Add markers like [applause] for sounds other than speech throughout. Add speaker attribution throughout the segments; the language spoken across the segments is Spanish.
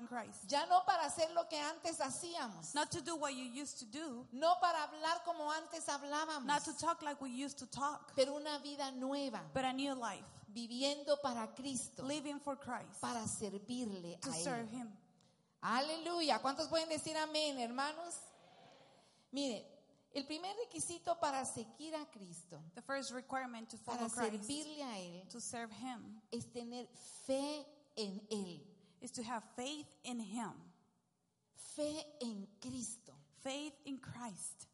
Speaker 1: Christ.
Speaker 2: Ya no para hacer lo que antes hacíamos.
Speaker 1: Not to do what you used to do.
Speaker 2: No para hablar como antes hablábamos.
Speaker 1: Not to talk like we used to talk.
Speaker 2: pero una vida nueva.
Speaker 1: But a new life.
Speaker 2: viviendo para Cristo.
Speaker 1: Living for Christ.
Speaker 2: para servirle
Speaker 1: To
Speaker 2: a
Speaker 1: serve
Speaker 2: Él.
Speaker 1: Him.
Speaker 2: Aleluya. ¿Cuántos pueden decir amén, hermanos? Mire, el primer requisito para seguir a Cristo,
Speaker 1: The first requirement to follow
Speaker 2: para
Speaker 1: Christ.
Speaker 2: servirle a Él,
Speaker 1: To serve Him.
Speaker 2: es tener fe en Él,
Speaker 1: Is to have faith in Him.
Speaker 2: fe en Cristo.
Speaker 1: Faith in Christ.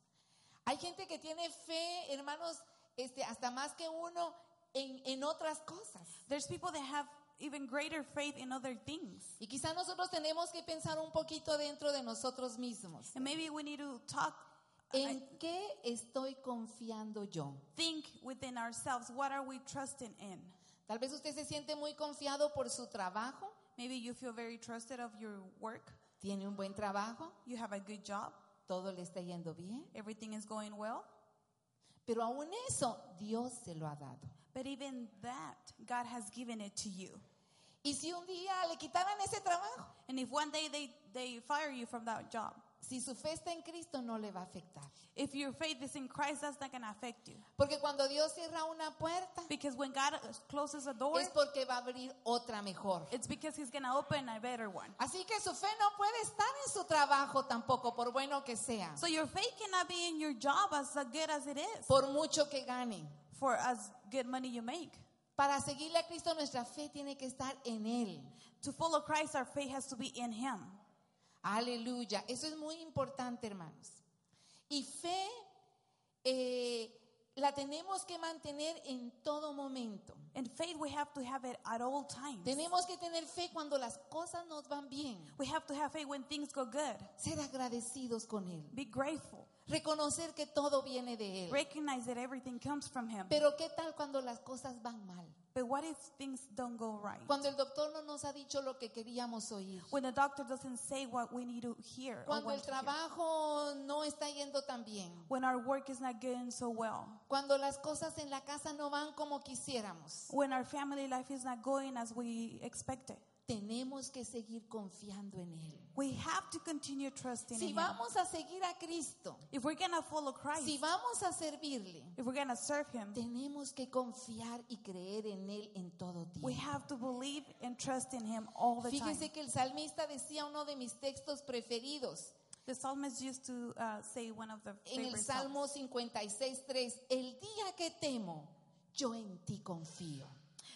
Speaker 2: Hay gente que tiene fe, hermanos, este, hasta más que uno en, en otras cosas.
Speaker 1: There's people that have even greater faith in other things.
Speaker 2: Y quizá nosotros tenemos que pensar un poquito dentro de nosotros mismos.
Speaker 1: And maybe we need to talk, I
Speaker 2: ¿En qué estoy confiando yo?
Speaker 1: think within ourselves, what are we trusting in?
Speaker 2: Tal vez usted se siente muy confiado por su trabajo,
Speaker 1: Maybe you feel very trusted of your work.
Speaker 2: tiene un buen trabajo,
Speaker 1: You have a good job.
Speaker 2: todo le está yendo bien,
Speaker 1: Everything is going well.
Speaker 2: pero aún eso Dios se lo ha dado.
Speaker 1: But even that, God has given it to you.
Speaker 2: Y si un día le quitaran ese trabajo,
Speaker 1: And if one day they, they fire you from that job,
Speaker 2: si su fe está en Cristo no le va a afectar.
Speaker 1: if your faith is in Christ, that's not going to affect you.
Speaker 2: Porque cuando Dios cierra una puerta,
Speaker 1: Because when God closes a door,
Speaker 2: es porque va a abrir otra mejor.
Speaker 1: it's because He's going to open a better one.
Speaker 2: Así que su fe no puede estar en su trabajo tampoco, por bueno que sea,
Speaker 1: So your faith cannot be in your job as good as it is
Speaker 2: por mucho que gane.
Speaker 1: for as good money you make.
Speaker 2: Para seguirle a Cristo nuestra fe tiene que estar en Él.
Speaker 1: To follow Christ, our faith has to be in Him.
Speaker 2: Aleluya. Eso es muy importante, hermanos. Y fe eh, la tenemos que mantener en todo momento.
Speaker 1: And faith, we have to have it at all times.
Speaker 2: Tenemos que tener fe cuando las cosas nos van bien.
Speaker 1: We have to have faith when things go good.
Speaker 2: Ser agradecidos con Él.
Speaker 1: Be grateful.
Speaker 2: Reconocer que todo viene de Él.
Speaker 1: Recognize that everything comes from Him.
Speaker 2: Pero ¿qué tal cuando las cosas van mal?
Speaker 1: But what if things don't go right?
Speaker 2: Cuando el doctor no nos ha dicho lo que queríamos oír.
Speaker 1: When the doctor doesn't say what we need to hear or
Speaker 2: Cuando
Speaker 1: want
Speaker 2: el
Speaker 1: to hear.
Speaker 2: trabajo no está yendo tan bien.
Speaker 1: When our work is not going so well.
Speaker 2: Cuando las cosas en la casa no van como quisiéramos.
Speaker 1: When our family life is not going as we expected.
Speaker 2: Tenemos que seguir confiando en Él.
Speaker 1: We have to continue trusting in
Speaker 2: Si
Speaker 1: Him.
Speaker 2: vamos a seguir a Cristo,
Speaker 1: If we're going to follow Christ,
Speaker 2: si vamos a servirle,
Speaker 1: if we're going to serve Him,
Speaker 2: tenemos que confiar y creer en Él en todo
Speaker 1: we
Speaker 2: tiempo.
Speaker 1: have to believe and trust in Him all the time.
Speaker 2: Fíjese que el salmista decía uno de mis textos preferidos
Speaker 1: The psalmist used to uh, say one of the
Speaker 2: en el
Speaker 1: favorite psalms.
Speaker 2: Salmo 56.3, el día que temo, yo en ti confío.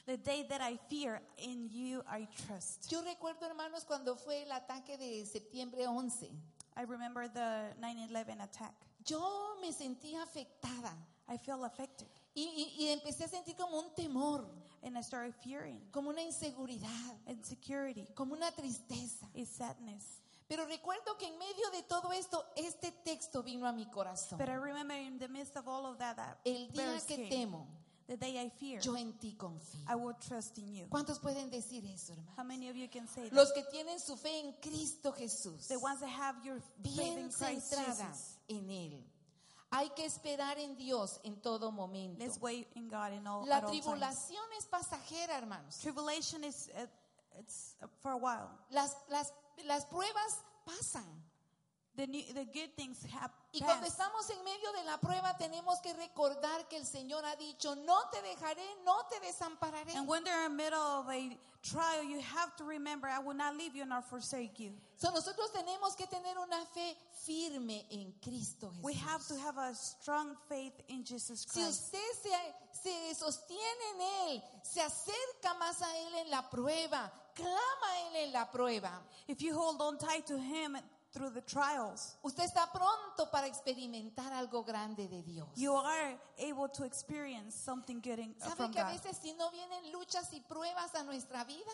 Speaker 1: The day that I fear, in you I trust.
Speaker 2: Yo recuerdo, hermanos, cuando fue el ataque de septiembre 11,
Speaker 1: I remember the 9-11 attack.
Speaker 2: yo me sentí afectada
Speaker 1: I feel affected.
Speaker 2: y, y- y empecé a sentir como un temor,
Speaker 1: And I started fearing.
Speaker 2: como una inseguridad.
Speaker 1: Insecurity
Speaker 2: como una tristeza.
Speaker 1: is sadness.
Speaker 2: Pero recuerdo que en medio de todo esto, este texto vino a mi corazón.
Speaker 1: But I remember in the midst of all of that, that
Speaker 2: El día
Speaker 1: verse
Speaker 2: que
Speaker 1: came.
Speaker 2: temo,
Speaker 1: the day I fear,
Speaker 2: yo en ti confío.
Speaker 1: I will trust in you.
Speaker 2: ¿Cuántos pueden decir eso, hermano?
Speaker 1: How many of you can say that?
Speaker 2: Los que tienen su fe en Cristo Jesús,
Speaker 1: the ones that have your faith in
Speaker 2: bien
Speaker 1: Christ
Speaker 2: centrada
Speaker 1: Jesus.
Speaker 2: en Él. Hay que esperar en Dios en todo momento.
Speaker 1: Let's wait in God in all, at
Speaker 2: La
Speaker 1: all times.
Speaker 2: tribulación es pasajera, hermanos.
Speaker 1: Tribulation is uh, it's uh, for a while.
Speaker 2: Las, las, las pruebas pasan.
Speaker 1: The new, the good things happen.
Speaker 2: Y cuando estamos en medio de la prueba tenemos que recordar que el Señor ha dicho, no te dejaré, no te desampararé.
Speaker 1: And when they're in the middle of a trial, you have to remember, I will not leave you nor forsake you.
Speaker 2: So, nosotros tenemos que tener una fe firme en Cristo
Speaker 1: We
Speaker 2: Jesús.
Speaker 1: have to have a strong faith in Jesus
Speaker 2: Si
Speaker 1: Christ.
Speaker 2: usted se, se sostiene en Él, se acerca más a Él en la prueba, clama a Él en la prueba,
Speaker 1: If you hold on tight to Him through the trials,
Speaker 2: usted está pronto para experimentar algo grande de Dios.
Speaker 1: you are able to experience something good in,
Speaker 2: ¿Sabe
Speaker 1: Ah, from
Speaker 2: que a
Speaker 1: God.
Speaker 2: veces si no vienen luchas y pruebas a nuestra vida,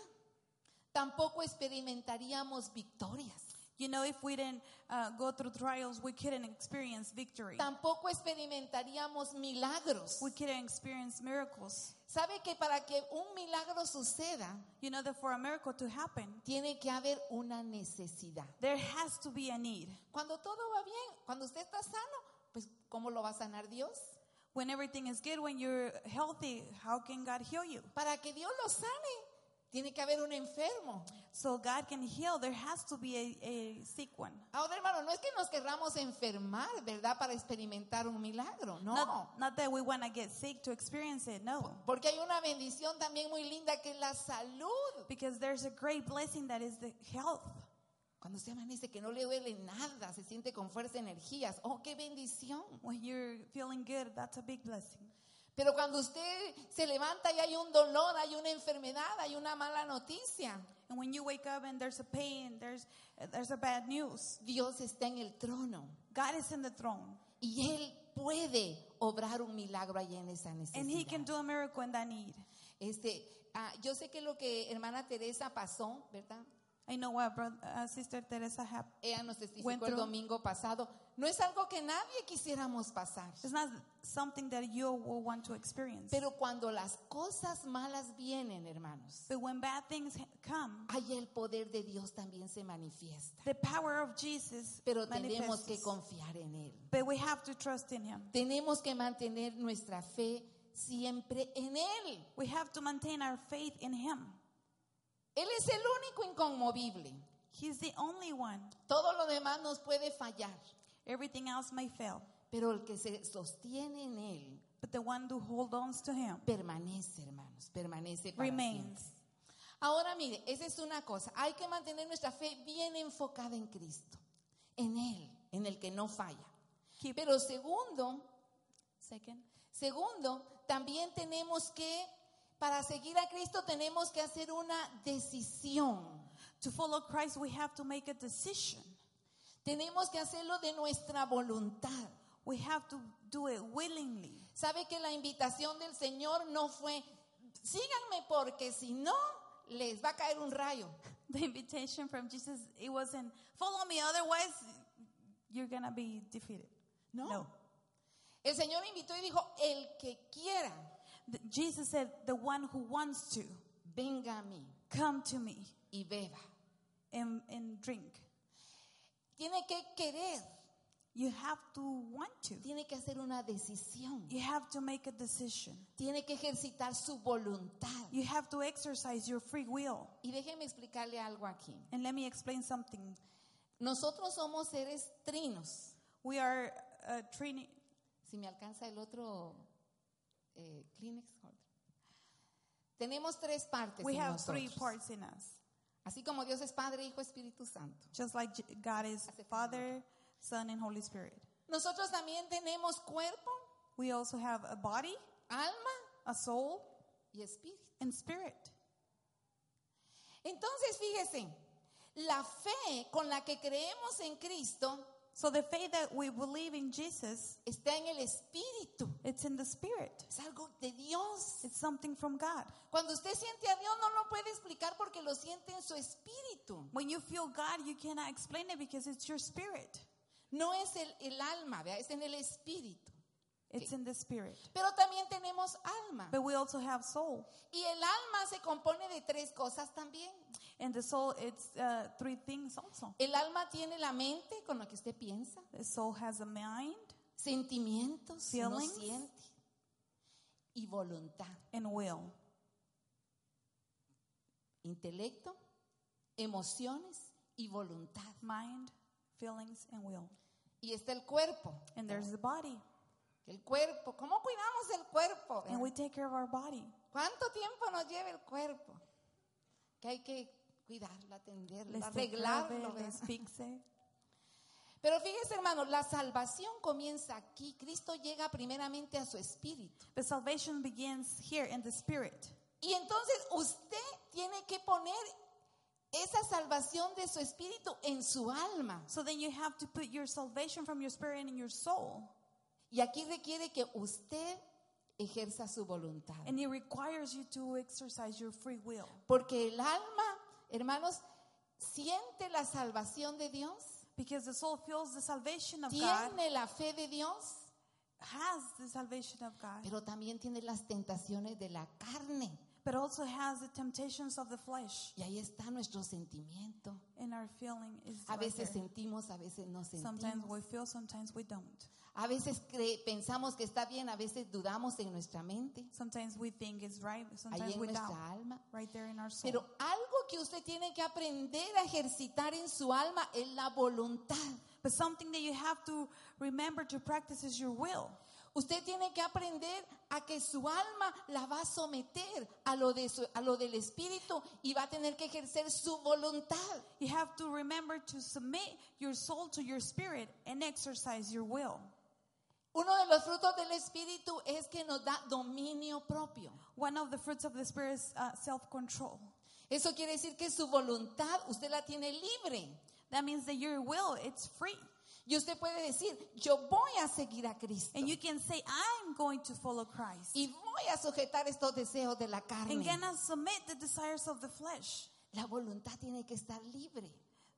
Speaker 2: tampoco experimentaríamos victorias?
Speaker 1: You know, if we didn't uh, go through trials, we couldn't experience victory.
Speaker 2: tampoco experimentaríamos milagros.
Speaker 1: We couldn't experience miracles.
Speaker 2: Sabe que para que un milagro suceda,
Speaker 1: You know that for a miracle to happen,
Speaker 2: tiene que haber una necesidad.
Speaker 1: there has to be a need.
Speaker 2: Cuando todo va bien, cuando usted está sano, pues ¿cómo lo va a sanar Dios?
Speaker 1: When everything is good, when you're healthy, how can God heal you?
Speaker 2: Para que Dios lo sane, Tiene que haber un enfermo.
Speaker 1: So God can heal. There has to be a, a sick one.
Speaker 2: Ahora, hermano, no es que nos querramos enfermar, ¿verdad? Para experimentar un milagro, no.
Speaker 1: Not, not that we want to get sick to experience it, no.
Speaker 2: Porque hay una bendición también muy linda que es la salud.
Speaker 1: Because there's a great blessing that is the health.
Speaker 2: Cuando se amanece que no le duele nada, se siente con fuerza, energías. ¡Oh, qué bendición!
Speaker 1: When you're feeling good, that's a big blessing.
Speaker 2: Pero cuando usted se levanta y hay un dolor, hay una enfermedad, hay una mala noticia,
Speaker 1: And when you wake up and there's a pain, there's there's a bad news.
Speaker 2: Dios está en el trono
Speaker 1: God is in the throne,
Speaker 2: y Él puede obrar un milagro allí en esa
Speaker 1: and He
Speaker 2: necesidad.
Speaker 1: can do a miracle in that need.
Speaker 2: Este, ah, yo sé que lo que hermana Teresa pasó, ¿verdad?
Speaker 1: I know what brother, uh, Sister Teresa have.
Speaker 2: Ella nos testificó
Speaker 1: Went
Speaker 2: el
Speaker 1: through.
Speaker 2: domingo pasado. No es algo que nadie quisiéramos pasar.
Speaker 1: It's not something that you will want to experience.
Speaker 2: Pero cuando las cosas malas vienen, hermanos,
Speaker 1: But when bad things ha- come,
Speaker 2: ahí el poder de Dios también se manifiesta.
Speaker 1: the power of Jesus
Speaker 2: Pero tenemos que
Speaker 1: manifests.
Speaker 2: confiar en Él.
Speaker 1: But we have to trust in Him.
Speaker 2: Tenemos que mantener nuestra fe siempre en Él.
Speaker 1: We have to maintain our faith in Him.
Speaker 2: Él es el único inconmovible.
Speaker 1: He's the only one.
Speaker 2: Todo lo demás nos puede fallar,
Speaker 1: Everything else may fail,
Speaker 2: pero el que se sostiene en Él
Speaker 1: but the one who holds on to Him
Speaker 2: permanece, hermanos, permanece para siempre.
Speaker 1: remains.
Speaker 2: Ahora mire, esa es una cosa. Hay que mantener nuestra fe bien enfocada en Cristo, en Él, en el que no falla.
Speaker 1: Keep
Speaker 2: Pero segundo,
Speaker 1: second.
Speaker 2: segundo, también tenemos que, para seguir a Cristo, tenemos que hacer una decisión.
Speaker 1: To follow Christ, we have to make a decision.
Speaker 2: Tenemos que hacerlo de nuestra voluntad.
Speaker 1: We have to do it willingly.
Speaker 2: Sabe que la invitación del Señor no fue, síganme porque si no, les va a caer un rayo.
Speaker 1: [laughs] The invitation from Jesus, it wasn't follow me, otherwise you're gonna be defeated.
Speaker 2: No.
Speaker 1: no.
Speaker 2: El Señor invitó y dijo, el que quiera,
Speaker 1: The- Jesus said, "The one who wants to
Speaker 2: venga a mí
Speaker 1: come to me
Speaker 2: y beba.
Speaker 1: and, and drink.
Speaker 2: Tiene que querer,
Speaker 1: You have to want to.
Speaker 2: tiene que hacer una decisión,
Speaker 1: You have to make a decision.
Speaker 2: tiene que ejercitar su voluntad.
Speaker 1: You have to exercise your free will."
Speaker 2: Y déjeme explicarle algo aquí.
Speaker 1: And let me explain something.
Speaker 2: Nosotros somos seres trinos.
Speaker 1: We are uh, trini-
Speaker 2: Si me alcanza el otro eh, Kleenex. Tenemos tres partes.
Speaker 1: We
Speaker 2: en
Speaker 1: have three
Speaker 2: nosotros.
Speaker 1: parts in us.
Speaker 2: Así como Dios es Padre, Hijo, Espíritu Santo.
Speaker 1: Just like J- God is Father, Son, and Holy Spirit.
Speaker 2: Nosotros también tenemos cuerpo,
Speaker 1: We also have a body,
Speaker 2: alma
Speaker 1: a soul,
Speaker 2: y espíritu.
Speaker 1: and spirit.
Speaker 2: Entonces, fíjese, la fe con la que creemos en Cristo
Speaker 1: So the faith that we believe in Jesus,
Speaker 2: está en el espíritu.
Speaker 1: it's in the spirit.
Speaker 2: Es algo de Dios.
Speaker 1: It's something from God.
Speaker 2: Cuando usted siente a Dios, no lo puede explicar porque lo siente en su espíritu.
Speaker 1: When you feel God, you cannot explain it because it's your spirit.
Speaker 2: No es el, el alma, ¿vea? es en el espíritu.
Speaker 1: It's in the spirit.
Speaker 2: Pero también tenemos alma.
Speaker 1: But we also have soul.
Speaker 2: Y el alma se compone de tres cosas también.
Speaker 1: And the soul, it's uh, three things also.
Speaker 2: El alma tiene la mente con la que usted piensa.
Speaker 1: The soul has a mind
Speaker 2: sentimientos, uno
Speaker 1: Feelings.
Speaker 2: siente, y voluntad,
Speaker 1: and will,
Speaker 2: intelecto, emociones y voluntad.
Speaker 1: mind, feelings, and will.
Speaker 2: Y está el cuerpo.
Speaker 1: And there's the body.
Speaker 2: El cuerpo, ¿cómo cuidamos el cuerpo?
Speaker 1: And we take care of our body.
Speaker 2: ¿Cuánto tiempo nos lleva el cuerpo? Que hay que cuidarlo, atenderlo,
Speaker 1: Let's take care of
Speaker 2: arreglarlo.
Speaker 1: it,
Speaker 2: ¿verdad?
Speaker 1: let's fix it.
Speaker 2: Pero fíjese, hermano, la salvación comienza aquí. Cristo llega primeramente a su espíritu.
Speaker 1: The salvation begins here in the spirit.
Speaker 2: Y entonces usted tiene que poner esa salvación de su espíritu en su alma.
Speaker 1: So then you have to put your salvation from your spirit and in your soul.
Speaker 2: Y aquí requiere que usted ejerza su voluntad.
Speaker 1: And it requires you to exercise your free will.
Speaker 2: Porque el alma, hermanos, siente la salvación de Dios,
Speaker 1: Because the soul feels the salvation of God,
Speaker 2: tiene la fe de Dios,
Speaker 1: has the salvation of God,
Speaker 2: pero también tiene las tentaciones de la carne.
Speaker 1: but also has the temptations of the flesh.
Speaker 2: Y ahí está nuestro sentimiento.
Speaker 1: And our feeling is
Speaker 2: A
Speaker 1: right
Speaker 2: veces
Speaker 1: there.
Speaker 2: sentimos, a veces no sentimos.
Speaker 1: Sometimes we feel, sometimes we don't.
Speaker 2: A veces cre- pensamos que está bien, a veces dudamos en nuestra mente,
Speaker 1: Sometimes we think it's right,
Speaker 2: ahí
Speaker 1: sometimes
Speaker 2: en
Speaker 1: we doubt.
Speaker 2: nuestra alma.
Speaker 1: Right there in our soul.
Speaker 2: Pero algo que usted tiene que aprender a ejercitar en su alma es la voluntad.
Speaker 1: but something that you have to remember to practice is your will.
Speaker 2: Usted tiene que aprender a que su alma la va a someter a lo, de su- a lo del espíritu y va a tener que ejercer su voluntad.
Speaker 1: You have to remember to submit your soul to your spirit and exercise your will.
Speaker 2: Uno de los frutos del espíritu es que nos da dominio propio.
Speaker 1: One of the fruits of the spirit is uh, self-control.
Speaker 2: Eso quiere decir que su voluntad usted la tiene libre.
Speaker 1: That means that your will it's free,
Speaker 2: Y usted puede decir, yo voy a seguir a Cristo.
Speaker 1: and you can say, "I'm going to follow Christ,"
Speaker 2: Y voy a sujetar estos deseos de la
Speaker 1: and
Speaker 2: carne.
Speaker 1: cannot submit the desires of the flesh.
Speaker 2: La voluntad tiene que estar libre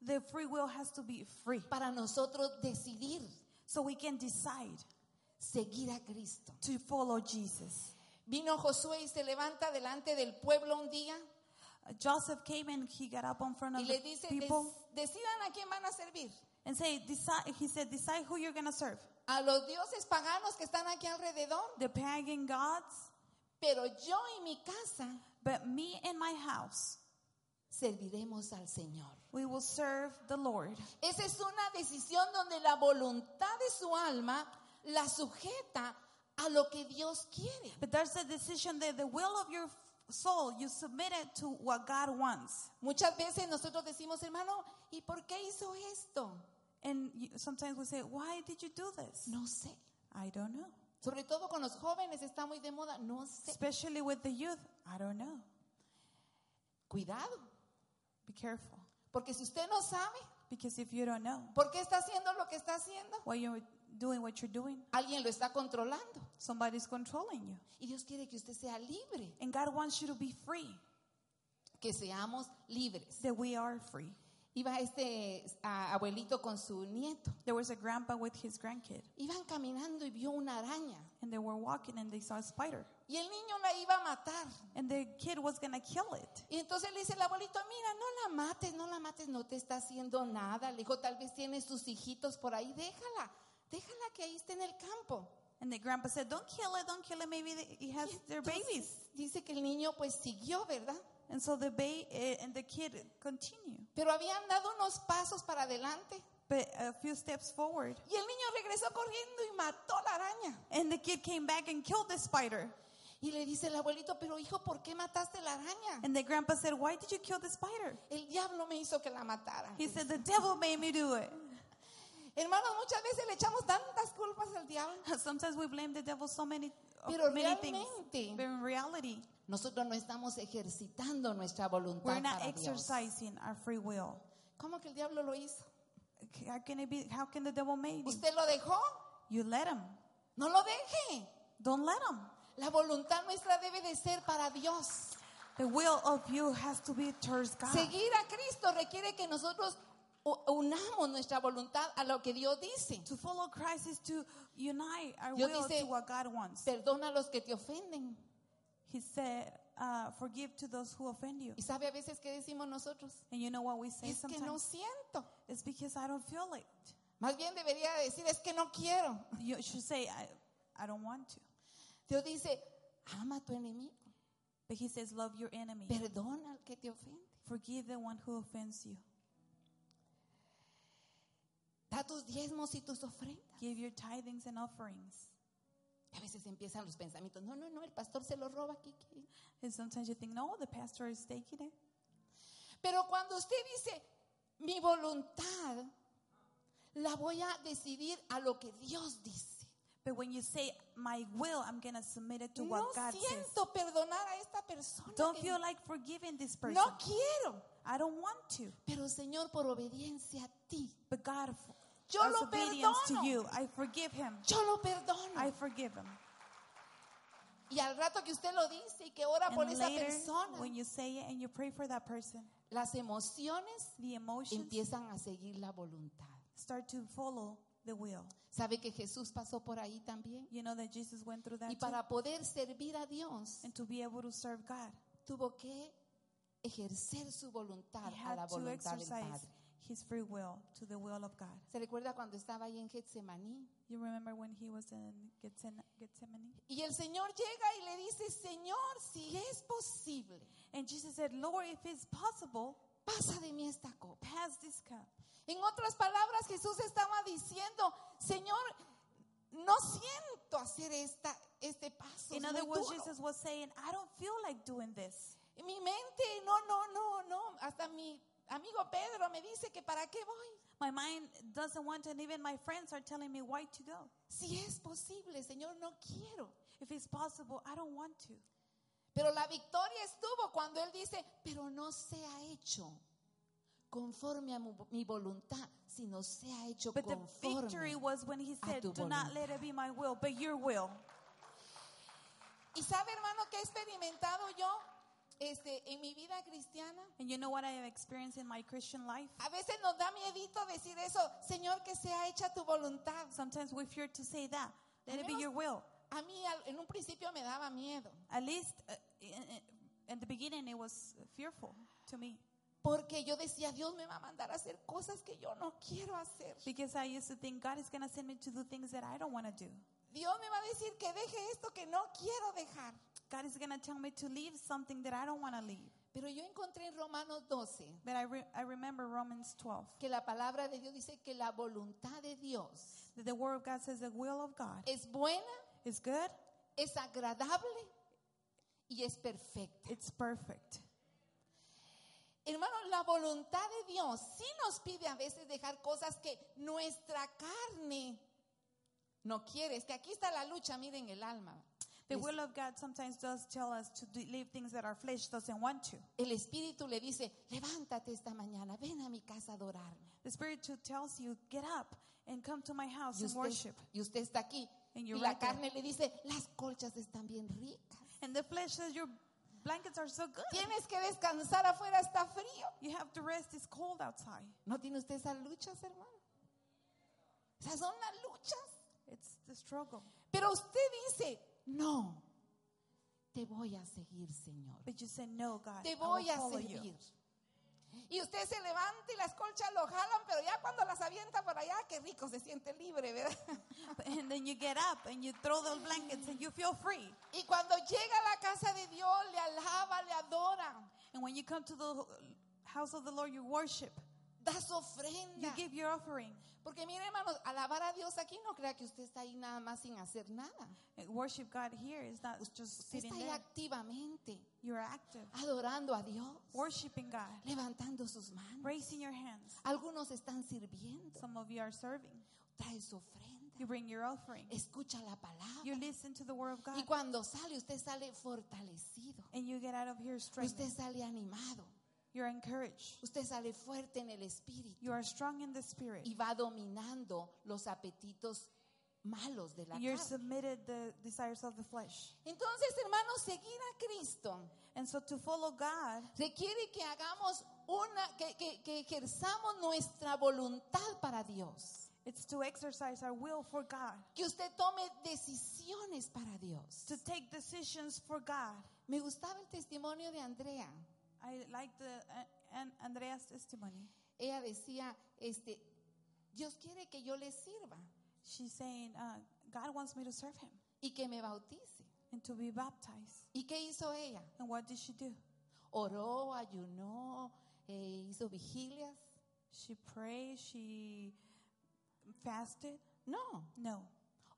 Speaker 1: The free will has to be free,
Speaker 2: para nosotros decidir
Speaker 1: so we can decide
Speaker 2: seguir a Cristo.
Speaker 1: to follow Jesus.
Speaker 2: Vino Josué y se levanta delante del pueblo un día
Speaker 1: Uh, Joseph came and he got up in front
Speaker 2: y
Speaker 1: of
Speaker 2: le
Speaker 1: the
Speaker 2: dice,
Speaker 1: people
Speaker 2: "Des- decidan a quién van a servir.
Speaker 1: and say, "Decide." He said, "Decide who you're gonna serve:
Speaker 2: A los dioses paganos que están aquí alrededor.
Speaker 1: the pagan gods,
Speaker 2: Pero yo y mi casa
Speaker 1: but me and my house,
Speaker 2: serviremos al Señor.
Speaker 1: we will serve the Lord."
Speaker 2: Esa es una decisión donde la voluntad de su alma la sujeta a lo que Dios quiere.
Speaker 1: But there's a decision that the will of your f- soul, you submit it to what God wants.
Speaker 2: Muchas veces nosotros decimos, hermano, ¿y por qué hizo esto?
Speaker 1: And you, sometimes we say, "Why did you do this?"
Speaker 2: No sé.
Speaker 1: I don't know.
Speaker 2: Sobre todo con los jóvenes está muy de moda. No sé.
Speaker 1: Especially with the youth, I don't know.
Speaker 2: Cuidado.
Speaker 1: Be careful,
Speaker 2: Porque si usted no sabe
Speaker 1: because if you don't know
Speaker 2: por qué está haciendo lo que está haciendo,
Speaker 1: why you're doing what you're doing,
Speaker 2: alguien lo está controlando.
Speaker 1: somebody's controlling you.
Speaker 2: Y Dios quiere que usted sea libre,
Speaker 1: And God wants you to be free.
Speaker 2: que seamos libres.
Speaker 1: That we are free.
Speaker 2: Iba este a- abuelito con su nieto.
Speaker 1: There was a grandpa with his grandkid,
Speaker 2: Iban caminando y vio una araña.
Speaker 1: and they were walking and they saw a spider,
Speaker 2: Y el niño la iba a matar.
Speaker 1: and the kid was gonna kill it.
Speaker 2: Y entonces le dice el abuelito, mira, no la mates, no la mates, no te está haciendo nada. Le dijo, tal vez tiene sus hijitos por ahí, déjala, déjala que ahí esté en el campo.
Speaker 1: And the grandpa said, "Don't kill it, don't kill it. Maybe they, he has their
Speaker 2: Entonces,
Speaker 1: babies."
Speaker 2: Dice que el niño pues siguió, ¿verdad?
Speaker 1: And so the baby and the kid continue,
Speaker 2: Pero habían dado unos pasos para adelante.
Speaker 1: but a few steps forward,
Speaker 2: Y el niño regresó corriendo y mató la araña.
Speaker 1: and the kid came back and killed the spider.
Speaker 2: Y le dice el abuelito, pero hijo, ¿por qué mataste la araña?
Speaker 1: And the grandpa said, "Why did you kill the spider?"
Speaker 2: El diablo me hizo que la matara.
Speaker 1: He said, "The devil made me do it." [laughs]
Speaker 2: Hermanos, muchas veces le echamos tantas culpas al diablo.
Speaker 1: Sometimes we blame the devil so many of
Speaker 2: Pero
Speaker 1: many things,
Speaker 2: realmente-
Speaker 1: but in reality,
Speaker 2: Nosotros no estamos ejercitando nuestra voluntad
Speaker 1: we're not
Speaker 2: para Dios.
Speaker 1: exercising our free will.
Speaker 2: ¿Cómo que el diablo lo hizo?
Speaker 1: How can it be? How can the devil make you?
Speaker 2: ¿Usted lo dejó?
Speaker 1: You let him.
Speaker 2: No lo deje.
Speaker 1: Don't let him.
Speaker 2: La voluntad nuestra debe de ser para Dios.
Speaker 1: The will of you has to be towards God.
Speaker 2: Seguir a Cristo requiere que nosotros u- unamos nuestra voluntad a lo que Dios dice.
Speaker 1: To follow Christ is to unite our
Speaker 2: Dios
Speaker 1: will
Speaker 2: dice-
Speaker 1: to what God wants.
Speaker 2: Perdona a los que te ofenden.
Speaker 1: He said, uh, "Forgive to those who offend you."
Speaker 2: Y sabe a veces que decimos nosotros,
Speaker 1: And you know what we say
Speaker 2: es que no
Speaker 1: sometimes?
Speaker 2: siento.
Speaker 1: It's because I don't feel it.
Speaker 2: Más bien debería decir, es que no quiero.
Speaker 1: You should say, "I, I don't want to."
Speaker 2: Dios dice, ama a tu enemigo.
Speaker 1: But He says, "Love your enemy.
Speaker 2: Perdona al que te ofende.
Speaker 1: Forgive the one who offends you.
Speaker 2: Da tus diezmos y tus ofrendas.
Speaker 1: Give your tithings and offerings."
Speaker 2: Y a veces empiezan los pensamientos, no, no, no, el pastor se lo roba aquí. aquí".
Speaker 1: And sometimes you think, "No, the pastor is taking it."
Speaker 2: Pero cuando usted dice, mi voluntad la voy a decidir a lo que Dios dice.
Speaker 1: But when you say, "My will," I'm gonna submit it to
Speaker 2: No
Speaker 1: what God says.
Speaker 2: siento perdonar a esta persona.
Speaker 1: Don't
Speaker 2: que
Speaker 1: feel like forgiving this person.
Speaker 2: no quiero.
Speaker 1: I don't want to.
Speaker 2: Pero Señor, por obediencia a ti,
Speaker 1: But God,
Speaker 2: Yo
Speaker 1: as
Speaker 2: lo
Speaker 1: obedience
Speaker 2: perdono.
Speaker 1: to you, I forgive him.
Speaker 2: yo lo perdono.
Speaker 1: I forgive him.
Speaker 2: y al rato que usted lo dice y que ora por
Speaker 1: And
Speaker 2: esa
Speaker 1: later,
Speaker 2: persona,
Speaker 1: when you say it and you pray for that person,
Speaker 2: las emociones
Speaker 1: the emotions
Speaker 2: empiezan a seguir la voluntad.
Speaker 1: start to follow the will.
Speaker 2: ¿Sabe que Jesús pasó por ahí también?
Speaker 1: You know that Jesus went through that
Speaker 2: Y
Speaker 1: too.
Speaker 2: para poder servir a Dios,
Speaker 1: And to be able to serve God,
Speaker 2: tuvo que ejercer su voluntad
Speaker 1: he
Speaker 2: a
Speaker 1: had
Speaker 2: la
Speaker 1: to
Speaker 2: voluntad del
Speaker 1: exercise
Speaker 2: Padre.
Speaker 1: his free will to the will of God.
Speaker 2: ¿Se recuerda cuando estaba ahí en Getsemaní?
Speaker 1: You remember when he was in Gethsemane? Gethsemane?
Speaker 2: Y el Señor llega y le dice, Señor, si es posible,
Speaker 1: And Jesus said, Lord, if it's possible,
Speaker 2: pasa de mí esta copa.
Speaker 1: pass this cup.
Speaker 2: En otras palabras, Jesús estaba diciendo, Señor, no siento hacer esta, este paso. es
Speaker 1: In
Speaker 2: muy
Speaker 1: other words,
Speaker 2: duro.
Speaker 1: Jesus was saying, I don't feel like doing this.
Speaker 2: Mi mente, no, no, no, no. Hasta mi amigo Pedro me dice que para qué voy.
Speaker 1: My mind doesn't want to, and even my friends are telling me why to go.
Speaker 2: Si es posible, Señor, no quiero.
Speaker 1: If it's possible, I don't want to.
Speaker 2: Pero la victoria estuvo cuando Él dice, pero no sea hecho conforme a mu- mi voluntad, sino sea hecho
Speaker 1: But the victory
Speaker 2: conforme.
Speaker 1: was when he
Speaker 2: a
Speaker 1: said,
Speaker 2: tu
Speaker 1: Do not let it be my will, but your will.
Speaker 2: Y sabe, hermano, que he experimentado yo este, en mi vida cristiana.
Speaker 1: And you know what I have experienced in my Christian life?
Speaker 2: A veces nos da miedito decir eso, Señor, que sea hecha tu voluntad.
Speaker 1: Sometimes we fear to say that. Let it be
Speaker 2: Amigos-
Speaker 1: your will.
Speaker 2: A mí al- en un principio me daba miedo,
Speaker 1: At least uh, in, in the beginning, it was fearful to me
Speaker 2: porque yo decía, Dios me va a mandar a hacer cosas que yo no quiero hacer.
Speaker 1: because I used to think God is going to send me to do things that I don't want to do.
Speaker 2: Dios me va a decir que deje esto que no quiero dejar.
Speaker 1: God is going to tell me to leave something that I don't want to leave.
Speaker 2: Pero yo encontré en Romanos 12
Speaker 1: But I, re- I remember Romans 12
Speaker 2: que la palabra de Dios dice que la voluntad de Dios
Speaker 1: that the Word of God says the will of God
Speaker 2: es buena,
Speaker 1: is good,
Speaker 2: es agradable y es perfecta.
Speaker 1: it's perfect.
Speaker 2: Hermano, la voluntad de Dios sí nos pide a veces dejar cosas que nuestra carne no quiere. Es que aquí está la lucha, miren el alma.
Speaker 1: The will of God sometimes does tell us to do- leave things that our flesh doesn't want to.
Speaker 2: El Espíritu le dice, levántate esta mañana, ven a mi casa a adorarme.
Speaker 1: The Spirit too tells you, get up and come to my house and
Speaker 2: Y usted,
Speaker 1: worship.
Speaker 2: y usted está aquí.
Speaker 1: And
Speaker 2: Y
Speaker 1: you're
Speaker 2: la
Speaker 1: right there.
Speaker 2: carne le dice, las colchas están bien ricas.
Speaker 1: And the flesh says, your blankets are so good.
Speaker 2: Tienes que descansar afuera, está frío.
Speaker 1: You have to rest, it's cold outside.
Speaker 2: ¿No tiene usted esas luchas, hermano? Esas son las luchas.
Speaker 1: It's the struggle.
Speaker 2: Pero usted dice, no, te voy a seguir, Señor.
Speaker 1: But you say, no, God,
Speaker 2: Te
Speaker 1: I will
Speaker 2: voy a
Speaker 1: follow you. [laughs]
Speaker 2: servir. Y usted se levanta y las colchas lo jalan, pero ya cuando las avienta por allá, qué rico, se siente libre, ¿verdad? [laughs]
Speaker 1: And then you get up and you throw those blankets and you feel free.
Speaker 2: Y cuando llega a la casa de Dios, le alaba, le adora,
Speaker 1: And when you come to the house of the Lord, you worship.
Speaker 2: da su
Speaker 1: You
Speaker 2: ofrenda.
Speaker 1: give your offering.
Speaker 2: Porque mire, hermanos, alabar a Dios aquí no crea que usted está ahí nada más sin hacer nada.
Speaker 1: And worship God here is not just
Speaker 2: Usted
Speaker 1: sitting
Speaker 2: está ahí
Speaker 1: there.
Speaker 2: activamente,
Speaker 1: You're active,
Speaker 2: adorando a Dios,
Speaker 1: worshiping God,
Speaker 2: levantando sus manos.
Speaker 1: raising your hands.
Speaker 2: Algunos están sirviendo,
Speaker 1: Some of you are serving.
Speaker 2: trae su ofrenda,
Speaker 1: You bring your offering.
Speaker 2: escucha la palabra.
Speaker 1: You listen to the word of God,
Speaker 2: Y cuando sale, usted sale fortalecido.
Speaker 1: and you get out of here strengthened.
Speaker 2: Usted sale animado.
Speaker 1: You're encouraged.
Speaker 2: Usted sale fuerte en el espíritu
Speaker 1: You are strong in the spirit.
Speaker 2: y va dominando los apetitos malos de la
Speaker 1: And you're
Speaker 2: carne.
Speaker 1: submitted the desires of the flesh.
Speaker 2: Entonces, hermanos, seguir a Cristo
Speaker 1: And so to follow God
Speaker 2: requiere que hagamos una, que, que- que ejerzamos nuestra voluntad para Dios.
Speaker 1: It's to exercise our will for God,
Speaker 2: Que usted tome decisiones para Dios.
Speaker 1: to take decisions for God.
Speaker 2: Me gustaba el testimonio de Andrea.
Speaker 1: I like the uh, and Andrea's testimony.
Speaker 2: Ella decía, este, Dios quiere que yo le sirva
Speaker 1: She's saying, uh, God wants me to serve Him
Speaker 2: y que me bautice.
Speaker 1: and to be baptized.
Speaker 2: ¿Y qué hizo ella?
Speaker 1: And what did she do?
Speaker 2: Oró, ayunó, eh, hizo vigilias.
Speaker 1: She prayed. She fasted.
Speaker 2: No,
Speaker 1: No,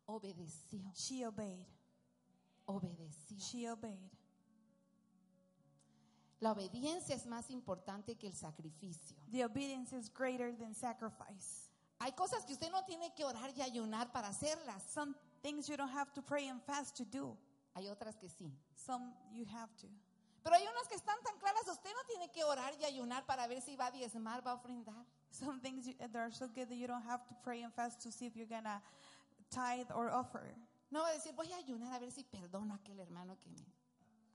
Speaker 2: obedeció,
Speaker 1: she obeyed.
Speaker 2: obedeció.
Speaker 1: She obeyed.
Speaker 2: La obediencia es más importante que el sacrificio.
Speaker 1: The obedience is greater than sacrifice.
Speaker 2: Hay cosas que usted no tiene que orar y ayunar para hacerlas.
Speaker 1: Some things you don't have to pray and fast to do.
Speaker 2: Hay otras que sí.
Speaker 1: Some you have to.
Speaker 2: Pero hay unas que están tan claras, usted no tiene que orar y ayunar para ver si va a diezmar, va a ofrendar.
Speaker 1: Some things you, that are so good that you don't have to pray and fast to see if you're gonna tithe or offer.
Speaker 2: No va a decir, voy a ayunar a ver si perdono a aquel hermano que me...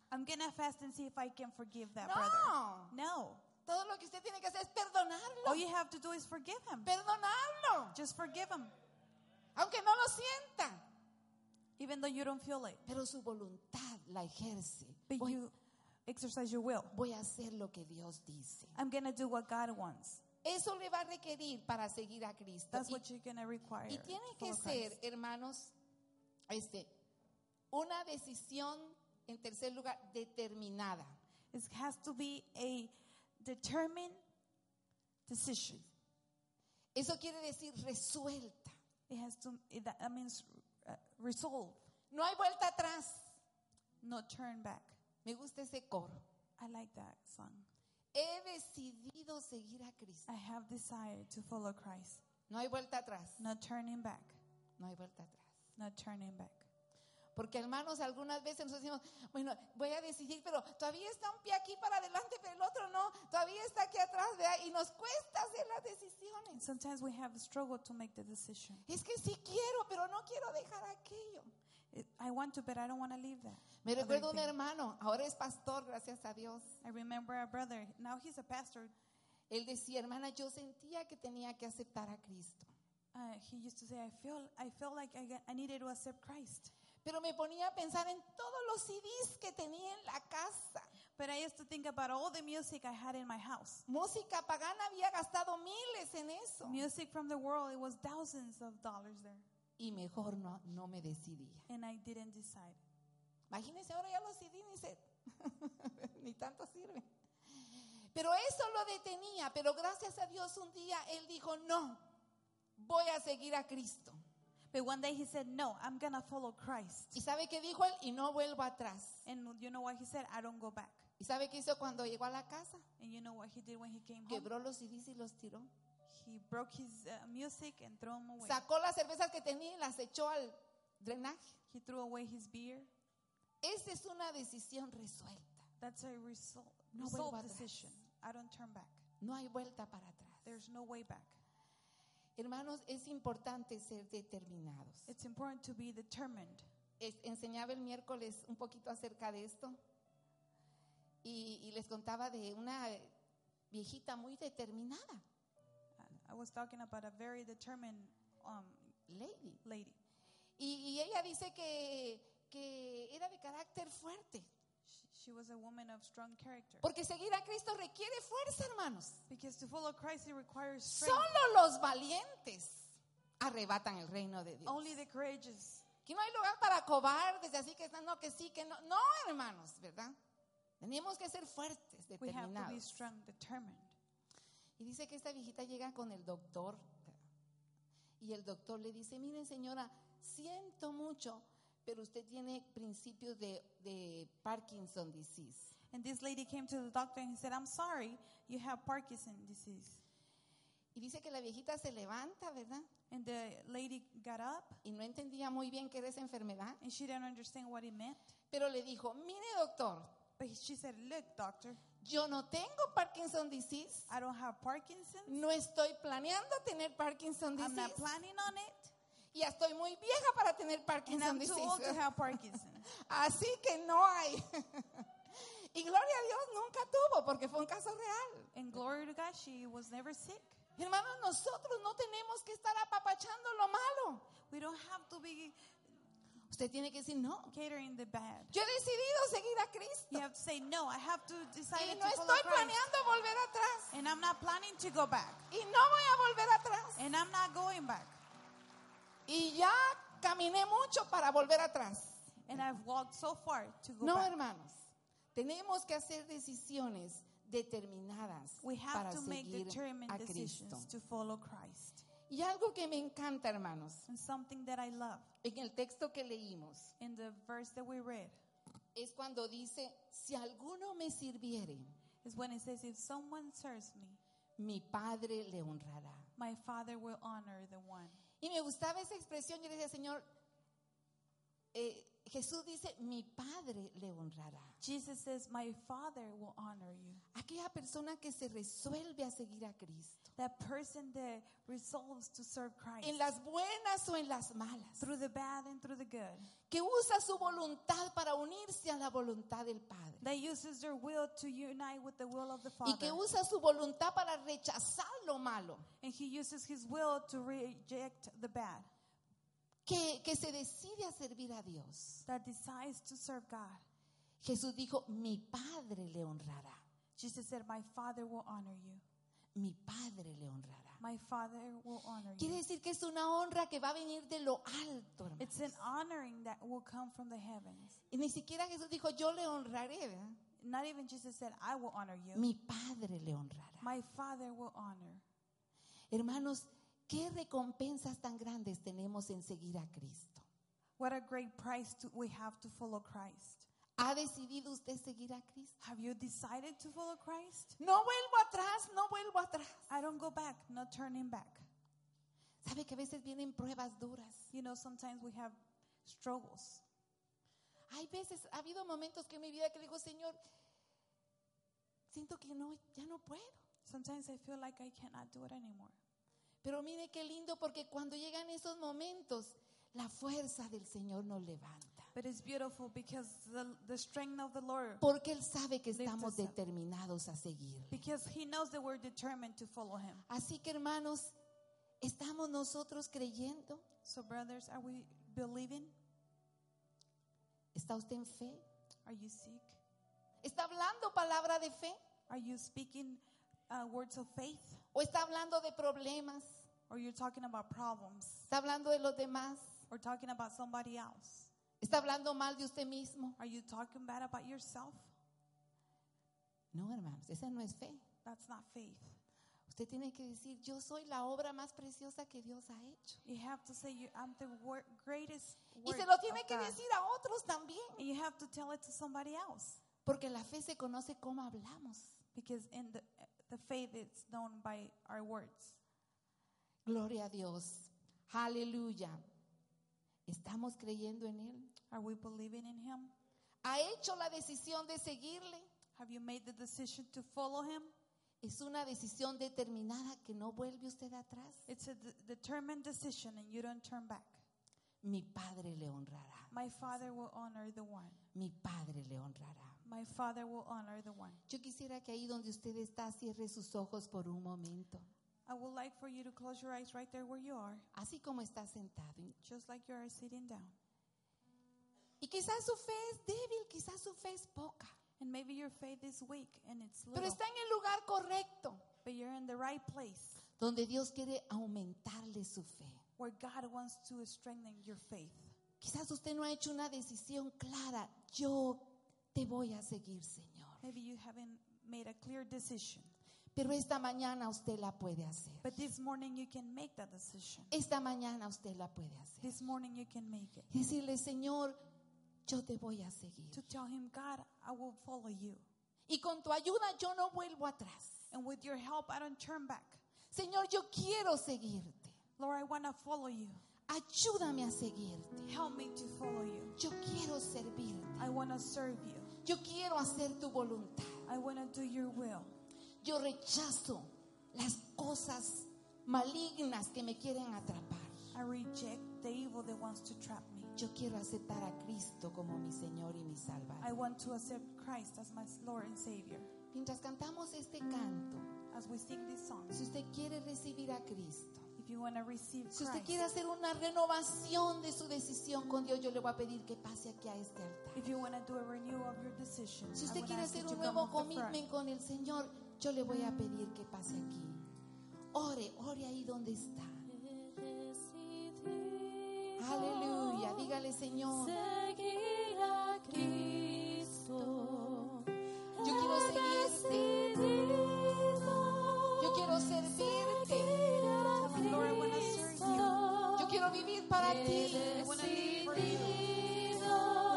Speaker 1: I'm gonna fast and see if I can forgive that
Speaker 2: No.
Speaker 1: brother. No.
Speaker 2: Todo lo que usted tiene que hacer es
Speaker 1: All
Speaker 2: perdonarlo.
Speaker 1: you have to do is forgive him.
Speaker 2: Perdonarlo.
Speaker 1: Just forgive him,
Speaker 2: Aunque no lo sienta.
Speaker 1: even though you don't feel it.
Speaker 2: pero su voluntad la ejerce.
Speaker 1: But
Speaker 2: Voy,
Speaker 1: you exercise your will.
Speaker 2: voy a hacer lo que Dios dice.
Speaker 1: I'm gonna do what God wants.
Speaker 2: Eso le va a requerir para seguir a Cristo.
Speaker 1: That's
Speaker 2: Y-
Speaker 1: what you're going to require.
Speaker 2: Y tiene
Speaker 1: for
Speaker 2: que
Speaker 1: Christ.
Speaker 2: ser, hermanos, este, una decisión, en tercer lugar, determinada.
Speaker 1: It has to be a determined decision.
Speaker 2: Eso quiere decir resuelta.
Speaker 1: It has to, it, that means uh, resolve,
Speaker 2: No hay vuelta atrás.
Speaker 1: no turn back.
Speaker 2: Me gusta ese coro.
Speaker 1: I like that song.
Speaker 2: He decidido seguir a Cristo.
Speaker 1: I have desired to follow Christ,
Speaker 2: No hay vuelta atrás.
Speaker 1: not turning back,
Speaker 2: No hay vuelta atrás.
Speaker 1: not turning back.
Speaker 2: Porque hermanos, algunas veces nos decimos, bueno, voy a decidir, pero todavía está un pie aquí para adelante, pero el otro no, todavía está aquí atrás, ¿verdad? Y nos cuesta hacer las
Speaker 1: And
Speaker 2: decisiones.
Speaker 1: sometimes we have a struggle to make the decision.
Speaker 2: Es que sí quiero, pero no quiero dejar aquello.
Speaker 1: It, I want to, but I don't want to leave that.
Speaker 2: Me
Speaker 1: other
Speaker 2: recuerdo un
Speaker 1: thing.
Speaker 2: hermano, ahora es pastor, gracias a Dios.
Speaker 1: I remember a brother, now he's a pastor.
Speaker 2: Él decía, hermana, yo sentía que tenía que aceptar a Cristo,
Speaker 1: Uh, he used to say, I feel, I felt like I, get- I needed to accept Christ.
Speaker 2: pero me ponía a pensar en todos los CDs que tenía en la casa.
Speaker 1: But I used to think about all the music I had in my house.
Speaker 2: Música pagana había gastado miles en eso.
Speaker 1: Music from the world, it was thousands of dollars there.
Speaker 2: Y mejor no, no me decidía.
Speaker 1: And I didn't decide.
Speaker 2: Imagínense, ahora ya los CD ni, se- [laughs] ni tanto sirven. Pero eso lo detenía, pero gracias a Dios un día él dijo, no, voy a seguir a Cristo.
Speaker 1: But one day he said, No, I'm going to follow Christ.
Speaker 2: ¿Y sabe qué dijo él? Y no vuelvo atrás.
Speaker 1: And you know what he said? I don't go back.
Speaker 2: ¿Y sabe qué hizo cuando llegó a la casa?
Speaker 1: And you know what he did when he came home?
Speaker 2: Quebró los CDs y los tiró.
Speaker 1: He broke his uh, music and threw them away.
Speaker 2: Sacó las cervezas que tenía y las echó al drenaje.
Speaker 1: He threw away his beer.
Speaker 2: Esa es una decisión resuelta.
Speaker 1: That's a result,
Speaker 2: No
Speaker 1: result
Speaker 2: vuelvo atrás.
Speaker 1: decision. I don't turn back.
Speaker 2: No hay vuelta para atrás.
Speaker 1: There's no way back.
Speaker 2: Hermanos, es importante ser determinados.
Speaker 1: It's important to be determined.
Speaker 2: Es- enseñaba el miércoles un poquito acerca de esto y, y les contaba de una viejita muy determinada,
Speaker 1: I- I was talking about a very determined um,
Speaker 2: Lady.
Speaker 1: lady.
Speaker 2: Y, y ella dice que, que era de carácter fuerte.
Speaker 1: She, she was a woman of strong character.
Speaker 2: Porque seguir a Cristo requiere fuerza, hermanos.
Speaker 1: Because to follow Christ, it requires strength.
Speaker 2: Solo los valientes arrebatan el reino de Dios.
Speaker 1: Only the courageous.
Speaker 2: Que no hay lugar para cobardes, así que están, no, que sí, que no. No, hermanos, ¿verdad? Tenemos que ser fuertes,
Speaker 1: We have to be
Speaker 2: determinados.
Speaker 1: strong, determined.
Speaker 2: Y dice que esta viejita llega con el doctor y el doctor le dice, miren señora, siento mucho, pero usted tiene principios de, de Parkinson disease.
Speaker 1: And this lady came to the doctor and he said, I'm sorry, you have Parkinson's disease.
Speaker 2: Y dice que la viejita se levanta, ¿verdad?
Speaker 1: And the lady got up
Speaker 2: Y no entendía muy bien qué era esa enfermedad,
Speaker 1: and she didn't understand what it meant.
Speaker 2: pero le dijo, mire doctor,
Speaker 1: But she said, Look, doctor,
Speaker 2: yo no tengo Parkinson disease,
Speaker 1: I don't have Parkinson's.
Speaker 2: no estoy planeando tener Parkinson
Speaker 1: I'm not
Speaker 2: disease,
Speaker 1: planning on it.
Speaker 2: y ya estoy muy vieja para tener
Speaker 1: And
Speaker 2: Parkinson
Speaker 1: I'm too old to
Speaker 2: disease. [laughs]
Speaker 1: have Parkinson's.
Speaker 2: Así que no hay. [laughs] Y gloria a Dios nunca tuvo porque fue un caso real.
Speaker 1: And glory to God, she was never sick.
Speaker 2: Hermanos, nosotros no tenemos que estar apapachando lo malo.
Speaker 1: We don't have to be
Speaker 2: Usted tiene que decir, no,
Speaker 1: catering the bad.
Speaker 2: yo he decidido seguir a
Speaker 1: You
Speaker 2: Cristo.
Speaker 1: have to say, No, I have to decide
Speaker 2: Y
Speaker 1: to
Speaker 2: no
Speaker 1: follow
Speaker 2: estoy
Speaker 1: Christ.
Speaker 2: planeando volver atrás.
Speaker 1: And I'm not planning to go back.
Speaker 2: Y no voy a volver atrás.
Speaker 1: And I'm not going back.
Speaker 2: Y ya caminé mucho para volver atrás.
Speaker 1: And I've walked so far to go
Speaker 2: No,
Speaker 1: back.
Speaker 2: hermanos, tenemos que hacer decisiones determinadas
Speaker 1: We have
Speaker 2: para
Speaker 1: to make
Speaker 2: seguir
Speaker 1: determined
Speaker 2: a
Speaker 1: decisions
Speaker 2: Cristo.
Speaker 1: to follow Christ.
Speaker 2: Y algo que me encanta, hermanos,
Speaker 1: And something that I love
Speaker 2: en el texto que leímos,
Speaker 1: in the verse that we read
Speaker 2: es cuando dice, si alguno me sirviere,
Speaker 1: is when it says, If someone serves me,
Speaker 2: mi Padre le honrará.
Speaker 1: my Father will honor the one.
Speaker 2: Y me gustaba esa expresión, yo le decía, Señor, eh, Jesús dice, mi Padre le honrará.
Speaker 1: Jesus says, My Father will honor you.
Speaker 2: Aquella persona que se resuelve a seguir a Cristo,
Speaker 1: That person that resolves to serve Christ
Speaker 2: en las buenas o en las malas,
Speaker 1: through the bad and through the good,
Speaker 2: que usa su voluntad para unirse a la voluntad del Padre.
Speaker 1: that uses their will to unite with the will of the
Speaker 2: Y que
Speaker 1: Father.
Speaker 2: usa su voluntad para rechazar lo malo.
Speaker 1: And he uses his will to reject the bad,
Speaker 2: Que, que se decide a servir a Dios.
Speaker 1: that decides to serve God.
Speaker 2: Jesús dijo, mi Padre le honrará.
Speaker 1: Jesus said, My Father will honor you.
Speaker 2: mi Padre le honrará.
Speaker 1: My Father will honor
Speaker 2: Quiere
Speaker 1: you.
Speaker 2: decir que es una honra que va a venir de lo alto, hermano.
Speaker 1: It's an honoring that will come from the heavens.
Speaker 2: Y ni siquiera Jesús dijo, yo le honraré, ¿verdad?
Speaker 1: Not even Jesus said, I will honor you.
Speaker 2: mi Padre le honrará.
Speaker 1: My Father will honor.
Speaker 2: Hermanos, ¿qué recompensas tan grandes tenemos en seguir a Cristo?
Speaker 1: What a great price to, we have to follow Christ.
Speaker 2: ¿Ha decidido usted seguir a Cristo?
Speaker 1: Have you decided to follow Christ?
Speaker 2: No vuelvo atrás, no vuelvo atrás.
Speaker 1: I don't go back, no turning back.
Speaker 2: Sabe que a veces vienen pruebas duras.
Speaker 1: You know, sometimes we have struggles.
Speaker 2: Hay veces, ha habido momentos que en mi vida que digo, Señor, siento que no, ya no puedo.
Speaker 1: Sometimes I feel like I cannot do it anymore.
Speaker 2: Pero mire qué lindo, porque cuando llegan esos momentos, la fuerza del Señor nos levanta.
Speaker 1: But it's beautiful because the, the strength of the Lord,
Speaker 2: Porque Él sabe que
Speaker 1: Lift
Speaker 2: estamos
Speaker 1: us up.
Speaker 2: determinados a seguirle.
Speaker 1: because He knows that we're determined to follow Him.
Speaker 2: Así que hermanos, ¿estamos nosotros creyendo?
Speaker 1: So, brothers, are we believing?
Speaker 2: ¿Está usted en fe?
Speaker 1: Are you sick?
Speaker 2: ¿Está hablando palabra de fe?
Speaker 1: Are you speaking uh, words of faith?
Speaker 2: ¿O está hablando de problemas?
Speaker 1: Or you're talking about problems?
Speaker 2: ¿Está hablando de los demás?
Speaker 1: Or talking about somebody else?
Speaker 2: ¿Está hablando mal de usted mismo?
Speaker 1: Are you talking bad about yourself?
Speaker 2: No, hermanos, esa no es fe.
Speaker 1: That's not faith.
Speaker 2: Usted tiene que decir, yo soy la obra más preciosa que Dios ha hecho.
Speaker 1: You have to say, you, I'm the wor- greatest.
Speaker 2: Y se
Speaker 1: work
Speaker 2: lo tiene
Speaker 1: of
Speaker 2: que
Speaker 1: God."
Speaker 2: decir a otros también.
Speaker 1: And you have to tell it to somebody else.
Speaker 2: Porque la fe se conoce como hablamos.
Speaker 1: Because in the, the faith, it's known by our words.
Speaker 2: Gloria a Dios. Aleluya. ¿Estamos creyendo en Él?
Speaker 1: Are we believing in Him?
Speaker 2: ¿Ha hecho la decisión de seguirle?
Speaker 1: Have you made the decision to follow Him?
Speaker 2: Es una decisión determinada que no vuelve usted atrás.
Speaker 1: It's a d- determined decision and you don't turn back.
Speaker 2: Mi Padre le honrará.
Speaker 1: My Father will honor the one.
Speaker 2: Mi Padre le honrará.
Speaker 1: My Father will honor the one.
Speaker 2: Yo quisiera que ahí donde usted está cierre sus ojos por un momento.
Speaker 1: I would like for you to close your eyes right there where you are,
Speaker 2: Así como está sentado.
Speaker 1: just like you are sitting down.
Speaker 2: Y quizás su fe es débil, quizás su fe es poca.
Speaker 1: And maybe your faith is weak and it's
Speaker 2: Pero
Speaker 1: little,
Speaker 2: está en el lugar correcto,
Speaker 1: but you're in the right place
Speaker 2: donde Dios quiere aumentarle su fe.
Speaker 1: where God wants to strengthen your faith.
Speaker 2: Quizás usted no ha hecho una decisión clara. Yo te voy a seguir, Señor.
Speaker 1: Maybe you haven't made a clear decision,
Speaker 2: Pero esta mañana usted la puede hacer.
Speaker 1: but this morning you can make that decision.
Speaker 2: Esta mañana usted la puede hacer.
Speaker 1: This morning you can make it.
Speaker 2: Y Decirle, Señor, yo te voy a seguir.
Speaker 1: To tell Him, God, I will follow you.
Speaker 2: Y con tu ayuda yo no vuelvo atrás.
Speaker 1: And with your help, I don't turn back.
Speaker 2: Señor, yo quiero seguirte.
Speaker 1: Lord, I want to follow you.
Speaker 2: Ayúdame a seguirte.
Speaker 1: Help me to follow you.
Speaker 2: Yo quiero servirte.
Speaker 1: I want to serve you.
Speaker 2: Yo quiero hacer tu voluntad.
Speaker 1: I want to do your will.
Speaker 2: Yo rechazo las cosas malignas que me quieren atrapar.
Speaker 1: I reject the evil that wants to trap me.
Speaker 2: Yo quiero aceptar a Cristo como mi Señor y mi
Speaker 1: I
Speaker 2: Salvador.
Speaker 1: want to accept Christ as my Lord and Savior.
Speaker 2: Mientras cantamos este canto,
Speaker 1: As we sing these songs,
Speaker 2: si usted quiere recibir a Cristo,
Speaker 1: if you want to receive
Speaker 2: si usted quiere
Speaker 1: Christ,
Speaker 2: hacer una renovación de su decisión con Dios, yo le voy a pedir que pase aquí a este altar.
Speaker 1: if you want to do a renewal of your decision,
Speaker 2: Si
Speaker 1: I
Speaker 2: usted
Speaker 1: would
Speaker 2: quiere
Speaker 1: ask
Speaker 2: hacer
Speaker 1: that you
Speaker 2: un
Speaker 1: come
Speaker 2: nuevo
Speaker 1: up the front.
Speaker 2: commitment con el Señor, yo le voy a pedir que pase aquí. Ore, ore ahí donde está. Aleluya, dígale Señor,
Speaker 3: Seguir a Cristo.
Speaker 2: yo quiero seguirte, yo quiero servirte,
Speaker 1: Lord, I want to serve you.
Speaker 2: yo quiero vivir para ti.
Speaker 1: I want to live for you.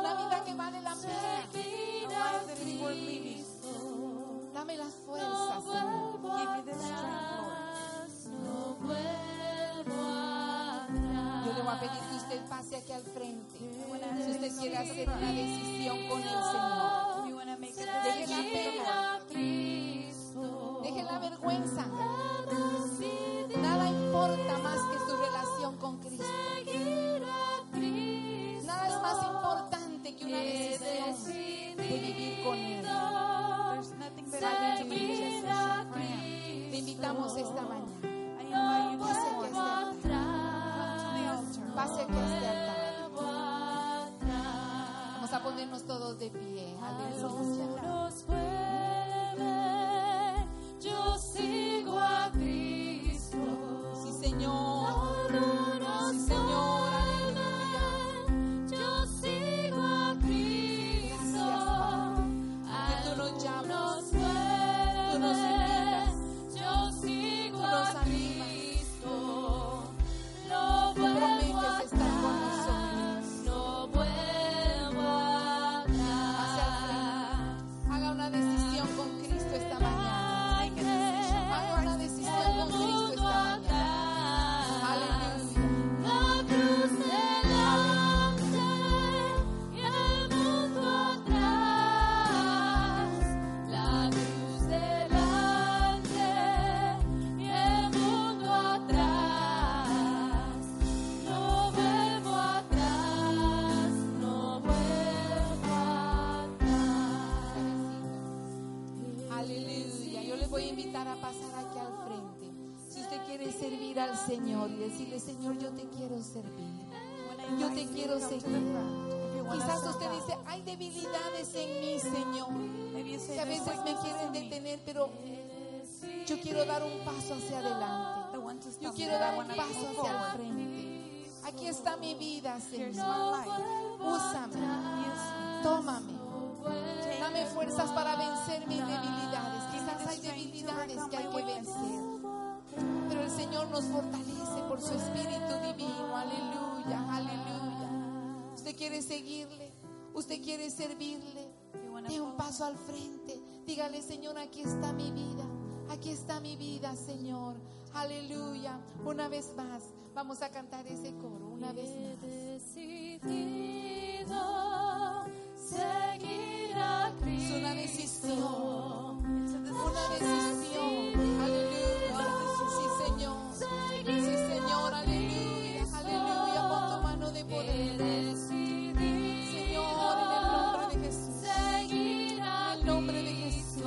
Speaker 2: Una vida que vale la pena.
Speaker 1: A life that is worth living.
Speaker 2: Dame las fuerzas, Señor.
Speaker 1: Give me the strength, Lord.
Speaker 3: No vuelvo atrás.
Speaker 2: Yo le voy a pedir que usted pase aquí al frente.
Speaker 1: Buenas
Speaker 2: Si usted quiere hacer una decisión con el Señor.
Speaker 1: If you want to make a
Speaker 2: Deje la
Speaker 1: decision,
Speaker 2: pena,
Speaker 3: A Cristo.
Speaker 2: deje la vergüenza.
Speaker 3: Decidir
Speaker 2: Nada importa más que su relación con Cristo.
Speaker 3: seguir a Cristo.
Speaker 2: Nada es más importante que una
Speaker 3: He
Speaker 2: decisión de vivir con Él.
Speaker 3: decidido
Speaker 1: there's nothing better than to make a
Speaker 3: seguir
Speaker 1: decision
Speaker 3: a
Speaker 1: for Him.
Speaker 2: Te invitamos esta mañana.
Speaker 1: I invite you
Speaker 2: Pase
Speaker 1: this
Speaker 2: aquí a
Speaker 1: morning to the altar.
Speaker 2: este altar. Pase aquí a este altar.
Speaker 3: atrás.
Speaker 2: Vamos a ponernos todos de pie. Aleluya.
Speaker 3: nos vuelve, yo sigo a
Speaker 2: servir al Señor y decirle, Señor, yo te quiero servir.
Speaker 1: When I
Speaker 2: Yo
Speaker 1: invite
Speaker 2: te
Speaker 1: you to
Speaker 2: quiero
Speaker 1: come to the
Speaker 2: seguir.
Speaker 1: front, if you wanna
Speaker 2: Quizás
Speaker 1: serve
Speaker 2: usted
Speaker 1: God.
Speaker 2: dice, hay debilidades en mí, Señor,
Speaker 1: Maybe you say,
Speaker 2: que a
Speaker 1: "There's
Speaker 2: veces me
Speaker 1: weaknesses
Speaker 2: quieren
Speaker 1: in me.
Speaker 2: detener, pero yo quiero dar un paso hacia adelante.
Speaker 1: I want to
Speaker 2: Yo
Speaker 1: stop
Speaker 2: quiero
Speaker 1: there. I
Speaker 2: dar un
Speaker 1: wanna move
Speaker 2: paso hacia el
Speaker 1: forward.
Speaker 2: frente. Aquí está mi vida,
Speaker 1: Here's
Speaker 2: Señor.
Speaker 1: my life.
Speaker 2: Úsame,
Speaker 1: Use me.
Speaker 2: tómame.
Speaker 1: Take
Speaker 2: Dame
Speaker 1: me.
Speaker 2: fuerzas para vencer mis debilidades. Quizás hay debilidades que hay que vencer. Pero el Señor nos fortalece por su Espíritu Divino. Aleluya, aleluya. Usted quiere seguirle. Usted quiere servirle.
Speaker 1: You wanna
Speaker 2: Dé un
Speaker 1: follow?
Speaker 2: paso al frente. Dígale, Señor, aquí está mi vida. Aquí está mi vida, Señor. Aleluya. Una vez más, vamos a cantar ese coro. Una vez más.
Speaker 3: decidido seguir a
Speaker 2: Es una
Speaker 3: Cristo.
Speaker 2: decisión. Una decisión. Aleluya. Sí, Señor. Sí, Señor. Aleluya. Aleluya. Pon tu mano de
Speaker 3: He
Speaker 2: poder. Señor, en el
Speaker 3: decidido
Speaker 2: nombre de Jesús.
Speaker 3: seguir a
Speaker 2: En el nombre de Jesús.
Speaker 3: Cristo. No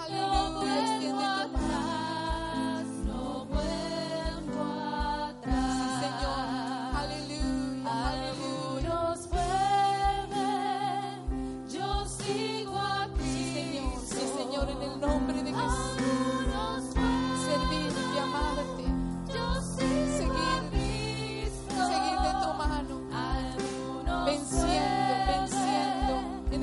Speaker 2: Aleluya. Extiende
Speaker 3: vuelvo
Speaker 2: tu mano.
Speaker 3: atrás, no vuelvo
Speaker 2: Sí, Señor.
Speaker 3: atrás.
Speaker 2: Aleluya. Aleluya.
Speaker 3: Algunos vuelven, yo sigo a
Speaker 2: Sí, Señor. Sí, Señor. En el nombre de Jesús.
Speaker 3: Algunos vuelven,
Speaker 2: Servirte, amarte.
Speaker 3: yo sigo a
Speaker 2: Seguir.
Speaker 3: Cristo.
Speaker 2: Seguir de tu mano.
Speaker 3: Algunos
Speaker 2: Venciendo,
Speaker 3: vuelven,
Speaker 2: venciendo. En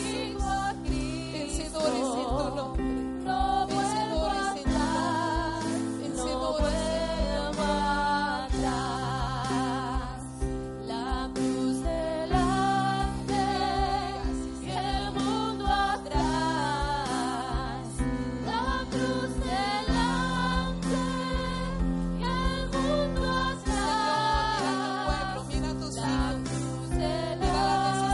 Speaker 3: sigo a Cristo.
Speaker 2: Vencedores en tu nombre.
Speaker 3: No vuelvo
Speaker 2: Vencedores en tu
Speaker 3: atrás, no
Speaker 2: Vencedores en tu
Speaker 3: vuelvo atrás. La cruz delante, y el mundo atrás. La cruz delante, y el mundo atrás.
Speaker 2: Señor, mira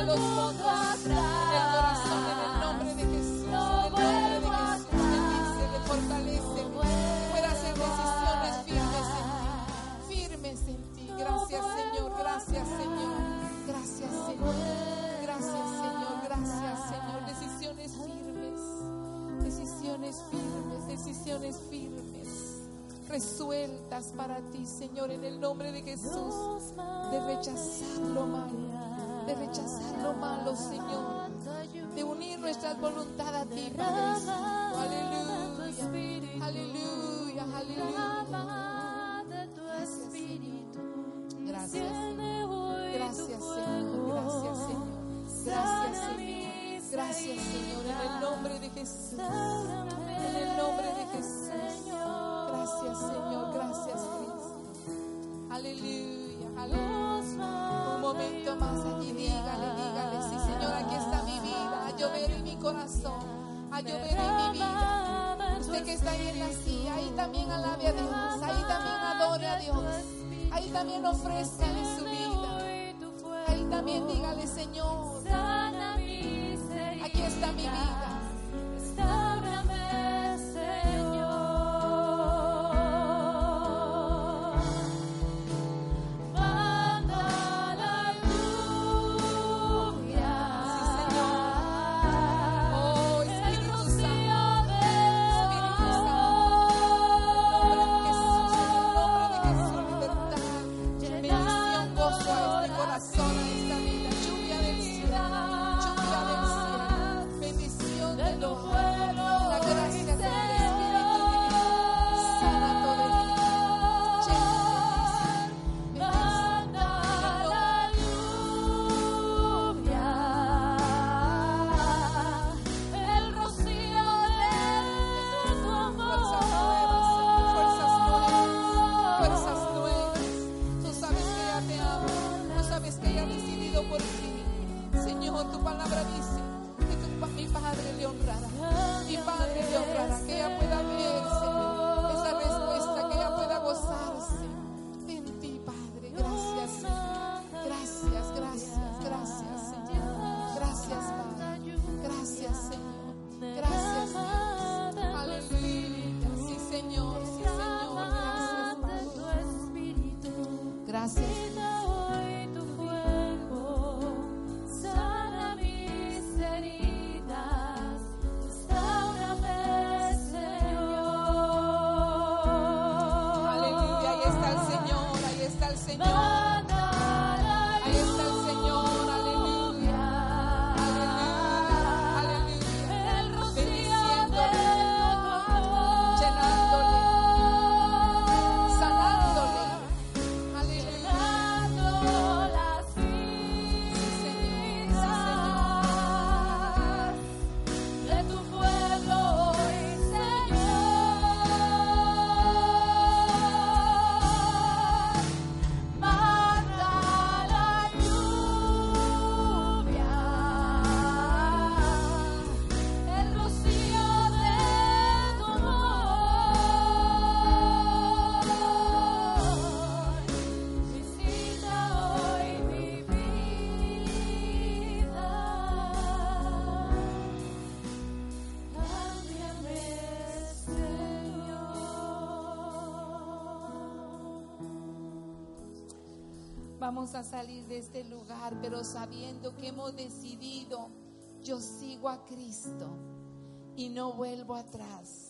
Speaker 2: tu pueblo, mira tus hijos. las Mira
Speaker 3: La cruz delante, y el
Speaker 2: los
Speaker 3: mundo
Speaker 2: fondos del corazón en el
Speaker 3: atrás.
Speaker 2: nombre de Jesús. En el nombre
Speaker 3: No
Speaker 2: de
Speaker 3: vuelvo
Speaker 2: Jesús. Bendícele, fortalécele. Fuera hacer decisiones firmes en ti. Firmes en ti. Gracias, Señor. Gracias, Señor. Gracias, Señor. Gracias, Señor. Gracias, Señor. Decisiones firmes. Decisiones firmes. Decisiones firmes. Resueltas para ti, Señor, en el nombre de Jesús de rechazar lo malo, de rechazar lo malo, Señor, de unir nuestra voluntad a ti, Padre Santo. Aleluya, aleluya, aleluya. Gracias, Señor. Gracias, Señor. Gracias, Señor. Gracias, Señor. Gracias, Señor. Gracias, Señor. En el nombre de Jesús. En el nombre de Jesús. Gracias, Señor. Gracias, Cristo. Aleluya, aleluya. Un momento más allí, dígale, dígale. Sí, Señor, aquí está mi vida. A llover en mi corazón. A llover en mi vida. Usted que está ahí en la silla, ahí también alabe a Dios, ahí también adore a Dios, ahí también ofrézcale su vida, ahí también dígale, Señor, aquí está mi vida,
Speaker 3: Restáurame, Señor. Manda la lluvia.
Speaker 2: oh Espíritu Santo, Espíritu Santo, en el nombre de Jesús, en el nombre de Jesús, libertad, bendición, gozo a este corazón, a esta vida, lluvia del cielo, Vamos a salir de este lugar, pero sabiendo que hemos decidido, yo sigo a Cristo y no vuelvo atrás.